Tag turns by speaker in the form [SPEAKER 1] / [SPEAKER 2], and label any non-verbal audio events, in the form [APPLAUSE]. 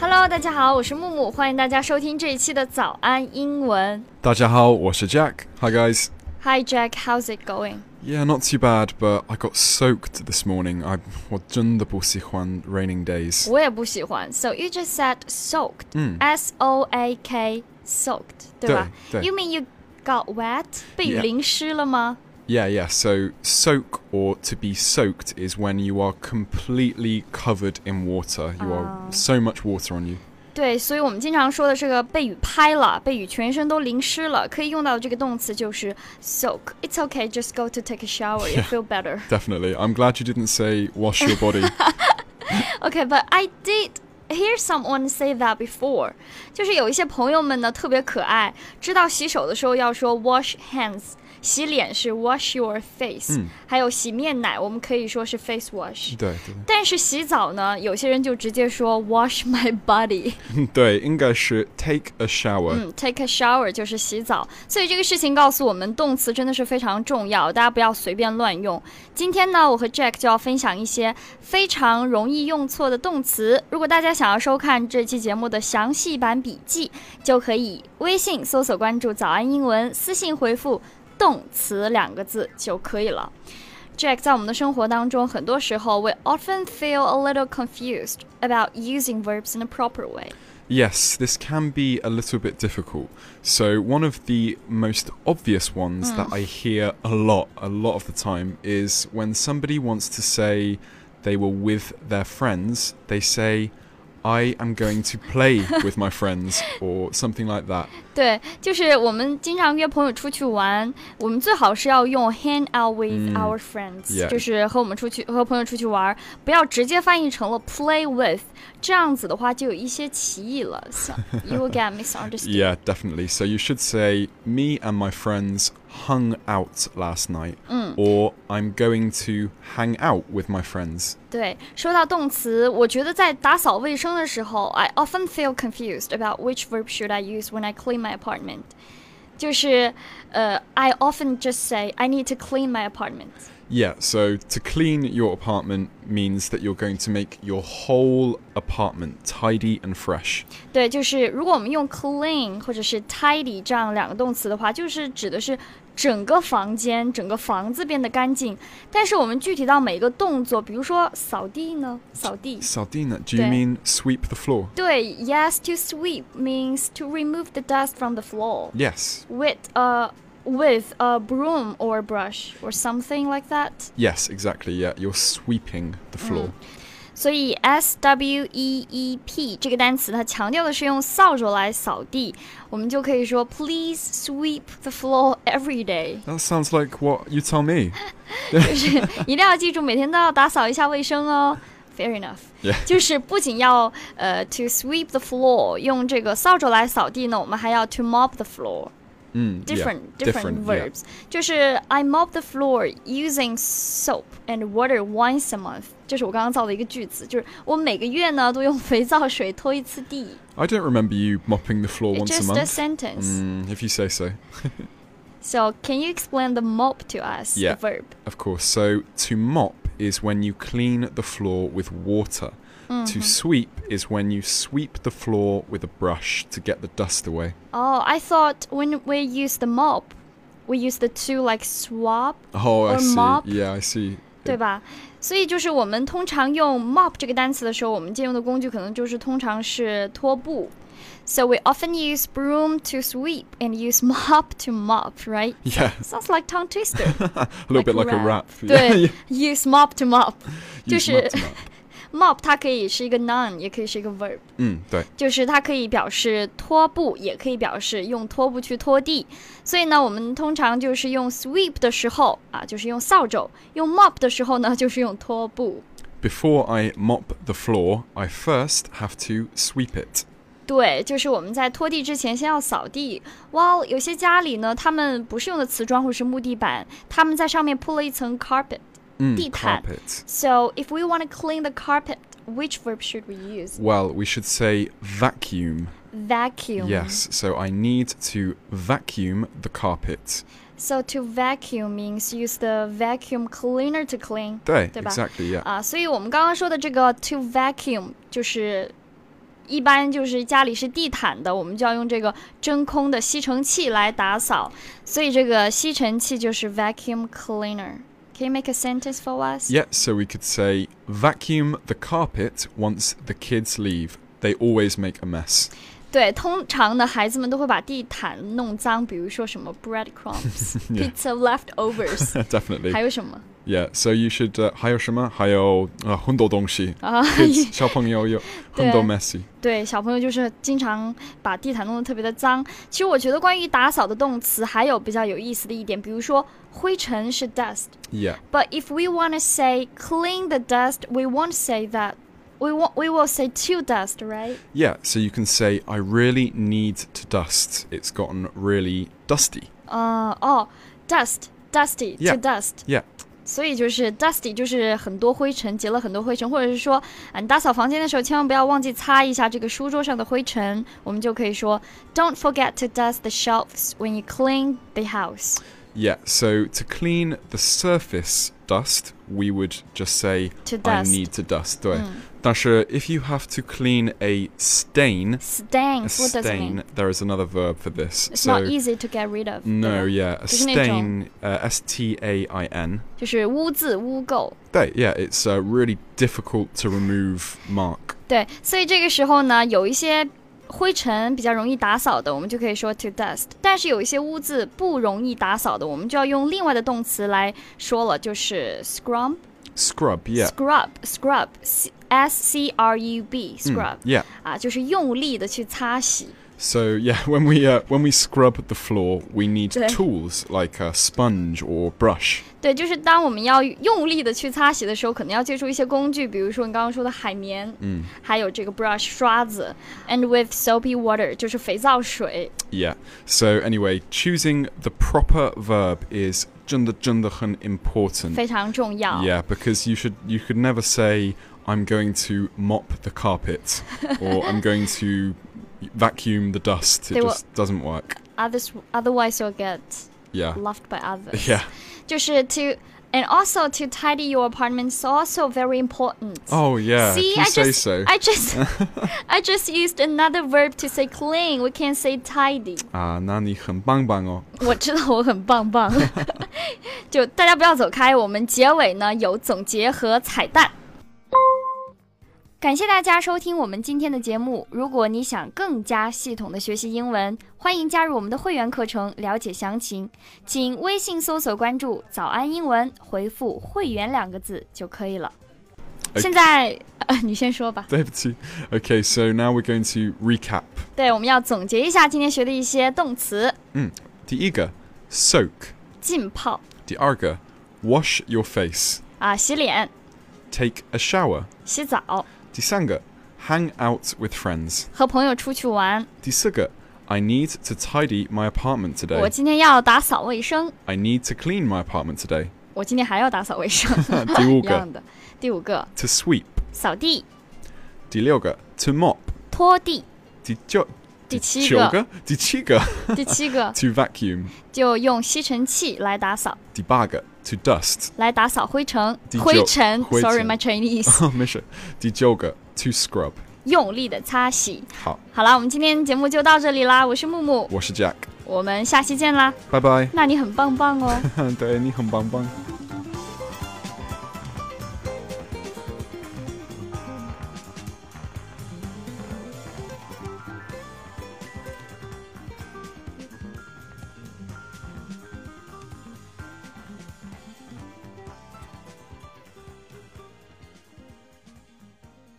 [SPEAKER 1] Hello，大家好，我是木木，欢迎大家收听这一期的早安英文。
[SPEAKER 2] 大家好，我是 Jack. Hi guys.
[SPEAKER 1] Hi Jack，how's it going？
[SPEAKER 2] Yeah, not too bad, but I got soaked this morning. I 我真的不喜欢 raining days.
[SPEAKER 1] 我也不喜欢。So you just said soaked，
[SPEAKER 2] 嗯
[SPEAKER 1] s O A K soaked，对吧
[SPEAKER 2] 对对
[SPEAKER 1] You mean you got wet？被雨
[SPEAKER 2] Yeah
[SPEAKER 1] 淋湿了吗
[SPEAKER 2] Yeah, yeah. So soak or to be soaked is when you are completely covered in water. You
[SPEAKER 1] Ah.
[SPEAKER 2] are so much water on you.
[SPEAKER 1] 对，所以我们经常说的这个被雨拍了，被雨全身都淋湿了，可以用到的这个动词就是 soak。It's okay, just go to take a shower, you feel better.
[SPEAKER 2] Definitely. I'm glad you didn't say wash your body.
[SPEAKER 1] Okay, but I did hear someone say that before. 就是有一些朋友们呢特别可爱，知道洗手的时候要说 wash hands，洗脸是 wash your face，、
[SPEAKER 2] 嗯
[SPEAKER 1] 还有洗面奶我们可以说是 face wash。
[SPEAKER 2] 对对对。 [LAUGHS]
[SPEAKER 1] 但是洗澡呢，有些人就直接说 wash my body，
[SPEAKER 2] 对，应该是 take a shower.
[SPEAKER 1] 嗯，take a shower 就是洗澡。所以这个事情告诉我们，动词真的是非常重要，大家不要随便乱用。今天呢，我和 Jack 就要分享一些非常容易用错的动词。如果大家想要收看这期节目的详细版笔记，就可以微信搜索关注“早安英文”，私信回复“动词”两个字就可以了。Jack，在我们的生活当中，很多时候 we often feel a little confused about using verbs in a proper way。
[SPEAKER 2] Yes, this can be a little bit difficult. So, one of the most obvious ones that I hear a lot, a lot of the time, is when somebody wants to say they were with their friends, they say, I am going to play with my friends, or something like that.
[SPEAKER 1] 对，就是我们经常约朋友出去玩，我们最好是要用 hang out with
[SPEAKER 2] 嗯
[SPEAKER 1] our friends，、
[SPEAKER 2] Yeah
[SPEAKER 1] 就是和我们出去和朋友出去玩，不要直接翻译成了 play with，这样子的话就有一些歧义了。So
[SPEAKER 2] [LAUGHS]
[SPEAKER 1] you will get misunderstood.
[SPEAKER 2] Yeah, definitely. So, you should say, Me and my friends hung out last night, or I'm going to hang out with my friends.
[SPEAKER 1] 对，说到动词，我觉得在打扫卫生的时候，I often feel confused about which verb should I use when I clean my apartment。就是，呃、i often just say I need to clean my apartment。
[SPEAKER 2] Yeah, so to clean your apartment means that you're going to make your whole apartment tidy and fresh.
[SPEAKER 1] 对，就是如果我们用 clean 或者是 tidy 这样两个动词的话，就是指的是整个房间、整个房子变得干净。但是我们具体到每一个动作，比如说扫地呢，扫地。
[SPEAKER 2] Sardina, do you
[SPEAKER 1] Yeah.
[SPEAKER 2] mean sweep the floor?
[SPEAKER 1] 对，yes to sweep means to remove the dust from the floor
[SPEAKER 2] Yes.
[SPEAKER 1] with a with a broom or brush or something like that。
[SPEAKER 2] Yes, exactly. Yeah, you're sweeping the
[SPEAKER 1] Mm.
[SPEAKER 2] floor.
[SPEAKER 1] 所以 S W E E P 这个单词，它强调的是用扫帚来扫地，我们就可以说 Please sweep the floor every day， [LAUGHS]
[SPEAKER 2] That sounds like what you tell me.
[SPEAKER 1] 就是一定要记住每天都要打扫一下卫生哦。Fair enough， [LAUGHS]
[SPEAKER 2] Yeah.
[SPEAKER 1] 就是不仅要呃 to sweep the floor 用这个扫帚来扫地呢，我们还要 to mop the floor。
[SPEAKER 2] Mm, yeah,
[SPEAKER 1] Different different
[SPEAKER 2] different, yeah.
[SPEAKER 1] verbs，就是 I mop the floor using soap and water once a month，这是我刚刚造的一个句子，就是我每个月呢都用肥皂水拖一次地。
[SPEAKER 2] I don't remember you mopping the floor
[SPEAKER 1] It's
[SPEAKER 2] once a
[SPEAKER 1] just a
[SPEAKER 2] month.
[SPEAKER 1] sentence.
[SPEAKER 2] Mm, if you say so.
[SPEAKER 1] So can you explain the mop to us?
[SPEAKER 2] Yeah.
[SPEAKER 1] The verb.
[SPEAKER 2] Of course. So to mop is when you clean the floor with water. To sweep is when you sweep the floor with a brush to get the dust away.
[SPEAKER 1] Oh, I thought when we use the mop, we use the two like swab.
[SPEAKER 2] Oh, I
[SPEAKER 1] Or
[SPEAKER 2] see.
[SPEAKER 1] mop.
[SPEAKER 2] Yeah, I see.
[SPEAKER 1] 对吧？所以就是我们通常用 mop 这个单词的时候，我们借用的工具可能就是通常是拖布。So we often use broom to sweep and use [LAUGHS] mop to mop, right?
[SPEAKER 2] [LAUGHS] Yeah,
[SPEAKER 1] Sounds like tongue
[SPEAKER 2] [LAUGHS]
[SPEAKER 1] twister.
[SPEAKER 2] a little bit like a [LAUGHS] rap.
[SPEAKER 1] [LAUGHS]
[SPEAKER 2] Yeah, yeah.
[SPEAKER 1] 对，use mop to mop，就
[SPEAKER 2] Use
[SPEAKER 1] 是
[SPEAKER 2] mop to mop.
[SPEAKER 1] [LAUGHS] mop 它可以是一个 noun，也可以是一个 verb。
[SPEAKER 2] 嗯，对，
[SPEAKER 1] 就是它可以表示拖布，也可以表示用拖布去拖地。所以呢，我们通常就是用 sweep 的时候啊，就是用扫帚；用 mop 的时候呢， [LAUGHS] 就是用拖布。
[SPEAKER 2] Before I mop the floor, I first have to sweep it.
[SPEAKER 1] 对，就是我们在拖地之前先要扫地。哇哦，有些家里呢，他们不是用的瓷砖或是木地板，他们在上面铺了一层 carpet。
[SPEAKER 2] Mm,
[SPEAKER 1] Did that.
[SPEAKER 2] carpet.
[SPEAKER 1] So if we want to clean the carpet, which verb should we use?
[SPEAKER 2] Well, we should say vacuum.
[SPEAKER 1] Vacuum.
[SPEAKER 2] Yes, so I need to vacuum the carpet.
[SPEAKER 1] So to vacuum means use the vacuum cleaner to clean.
[SPEAKER 2] 对
[SPEAKER 1] 对吧？
[SPEAKER 2] ，exactly. Yeah.
[SPEAKER 1] 啊，所以我们刚刚说的这个 to vacuum 就是一般就是家里是地毯的，我们就要用这个真空的吸尘器来打扫。所以这个吸尘器就是 vacuum cleaner。Can you make a sentence for us?
[SPEAKER 2] Yeah, so we could say vacuum the carpet once the kids leave. They always make a mess.
[SPEAKER 1] 对，通常呢，孩子们都会把地毯弄脏，比如说什么 breadcrumbs、
[SPEAKER 2] [LAUGHS] Yeah.
[SPEAKER 1] pizza
[SPEAKER 2] [LAUGHS]
[SPEAKER 1] leftovers，
[SPEAKER 2] Definitely.
[SPEAKER 1] 还有什么
[SPEAKER 2] Yeah, so you should uh, 还有什么？还有啊，很多东西。
[SPEAKER 1] 啊？
[SPEAKER 2] Uh,
[SPEAKER 1] [LAUGHS]
[SPEAKER 2] Kids 小朋友有很多
[SPEAKER 1] 对，小朋友就是经常把地毯弄得特别的脏。其实我觉得关于打扫的动词还有比较有意思的一点，比如说灰尘是 dust，but
[SPEAKER 2] Yeah,
[SPEAKER 1] if we want to say clean the dust，we won't say that。We won't, we will say to dust, right?
[SPEAKER 2] yeah. So you can say, "I really need to dust. It's gotten really dusty."
[SPEAKER 1] 呃，哦，dust, dusty, to
[SPEAKER 2] Yeah.
[SPEAKER 1] dust.
[SPEAKER 2] Yeah,
[SPEAKER 1] 所以就是 dusty，就是很多灰尘，结了很多灰尘，或者是说，啊，你打扫房间的时候，千万不要忘记擦一下这个书桌上的灰尘。我们就可以说，Don't forget to dust the shelves when you clean the house.
[SPEAKER 2] yeah. So to clean the surface dust, we would just say,
[SPEAKER 1] To
[SPEAKER 2] "I
[SPEAKER 1] dust. Mm. 嗯
[SPEAKER 2] need to dust." 对。但是 if you have to clean a stain, a
[SPEAKER 1] Stains, Oh, what does it mean?
[SPEAKER 2] stain, there is another verb for this.
[SPEAKER 1] It's
[SPEAKER 2] so
[SPEAKER 1] not easy to get rid of.
[SPEAKER 2] no,
[SPEAKER 1] 对吧
[SPEAKER 2] yeah, a
[SPEAKER 1] 就是那种-
[SPEAKER 2] stain, uh, S T A I N.
[SPEAKER 1] 就是污渍、污垢。
[SPEAKER 2] 对, yeah, it's uh, really difficult to remove mark.
[SPEAKER 1] 对，所以这个时候呢，有一些灰尘比较容易打扫的，我们就可以说 to dust；但是有一些污渍不容易打扫的，我们就要用另外的动词来说了，就是 scrub。
[SPEAKER 2] Scrub, yeah.
[SPEAKER 1] scrub scrub C- s c r u b scrub、
[SPEAKER 2] 嗯 Yeah.
[SPEAKER 1] 啊，就是用力的去擦洗。
[SPEAKER 2] So yeah, [LAUGHS] when we uh, when we scrub the floor, we need
[SPEAKER 1] 对。
[SPEAKER 2] tools like a sponge or brush.
[SPEAKER 1] 对，就是当我们要用力的去擦洗的时候，可能要借助一些工具，比如说你刚刚说的海绵，嗯，还有这个 brush 刷子，and with soapy water 就是肥皂水。
[SPEAKER 2] Yeah. So anyway, choosing the proper verb is 真的真的很 important.
[SPEAKER 1] 非常重要。
[SPEAKER 2] Yeah, because you should you could never say I'm going to mop the carpet or
[SPEAKER 1] [LAUGHS]
[SPEAKER 2] I'm going to vacuum the dust. It
[SPEAKER 1] They will-
[SPEAKER 2] just doesn't work.
[SPEAKER 1] Others, otherwise you'll get
[SPEAKER 2] Yeah.
[SPEAKER 1] loved by
[SPEAKER 2] [LAUGHS]
[SPEAKER 1] others.
[SPEAKER 2] Yeah.
[SPEAKER 1] 就是 to and also to tidy your apartment is also very important.
[SPEAKER 2] Oh yeah.
[SPEAKER 1] See,
[SPEAKER 2] if you
[SPEAKER 1] I
[SPEAKER 2] say
[SPEAKER 1] just,
[SPEAKER 2] so.
[SPEAKER 1] I
[SPEAKER 2] [LAUGHS]
[SPEAKER 1] just, I just used another verb to say clean. We can say tidy.
[SPEAKER 2] Ah, [LAUGHS] 啊，那你很棒棒哦。
[SPEAKER 1] 我知道我很棒棒， [LAUGHS] 就大家不要走开，我们结尾呢有总结和彩蛋。感谢大家收听我们今天的节目。如果你想更加系统的学习英文，欢迎加入我们的会员课程，了解详情。请微信搜索关注“早安英文”，回复“会员”两个字就可以了。
[SPEAKER 2] 哎
[SPEAKER 1] 现在，呃，你先说吧。
[SPEAKER 2] 对不起. Okay, so now we're going to recap.
[SPEAKER 1] 对，我们要总结一下今天学的一些动词：
[SPEAKER 2] 第一个 soak.
[SPEAKER 1] 浸泡
[SPEAKER 2] 第二个 wash your face.
[SPEAKER 1] 啊、洗脸、
[SPEAKER 2] Take a shower.
[SPEAKER 1] 洗澡、
[SPEAKER 2] 第三个 hang out with friends.
[SPEAKER 1] 和朋友出去玩。
[SPEAKER 2] 第四个 I need to tidy my apartment
[SPEAKER 1] 我
[SPEAKER 2] today.
[SPEAKER 1] 今天要打扫卫生，
[SPEAKER 2] I need to clean my apartment today.
[SPEAKER 1] 我今天还要打扫卫生，一样
[SPEAKER 2] 第五个
[SPEAKER 1] 的。第五个，
[SPEAKER 2] to sweep.
[SPEAKER 1] 扫地、
[SPEAKER 2] 第六个 to mop.
[SPEAKER 1] 拖地。
[SPEAKER 2] 第九
[SPEAKER 1] 第七个。
[SPEAKER 2] 第九个？第七个
[SPEAKER 1] 第七个，
[SPEAKER 2] [LAUGHS] to vacuum.
[SPEAKER 1] 就用吸尘器来打扫，
[SPEAKER 2] 第八个 to dust. [LAUGHS]
[SPEAKER 1] 来打扫灰尘。
[SPEAKER 2] 第九
[SPEAKER 1] 灰尘
[SPEAKER 2] 灰尘
[SPEAKER 1] ，sorry my
[SPEAKER 2] [LAUGHS]
[SPEAKER 1] Chinese，
[SPEAKER 2] Oh, 没事。第九个 to scrub.
[SPEAKER 1] 用力的擦洗。好啦，我们今天节目就到这里啦，我是木木，
[SPEAKER 2] 好，我是 Jack。 [LAUGHS]
[SPEAKER 1] 我们下期见啦。
[SPEAKER 2] 拜拜。
[SPEAKER 1] 那你很棒棒哦。
[SPEAKER 2] 对你很棒棒。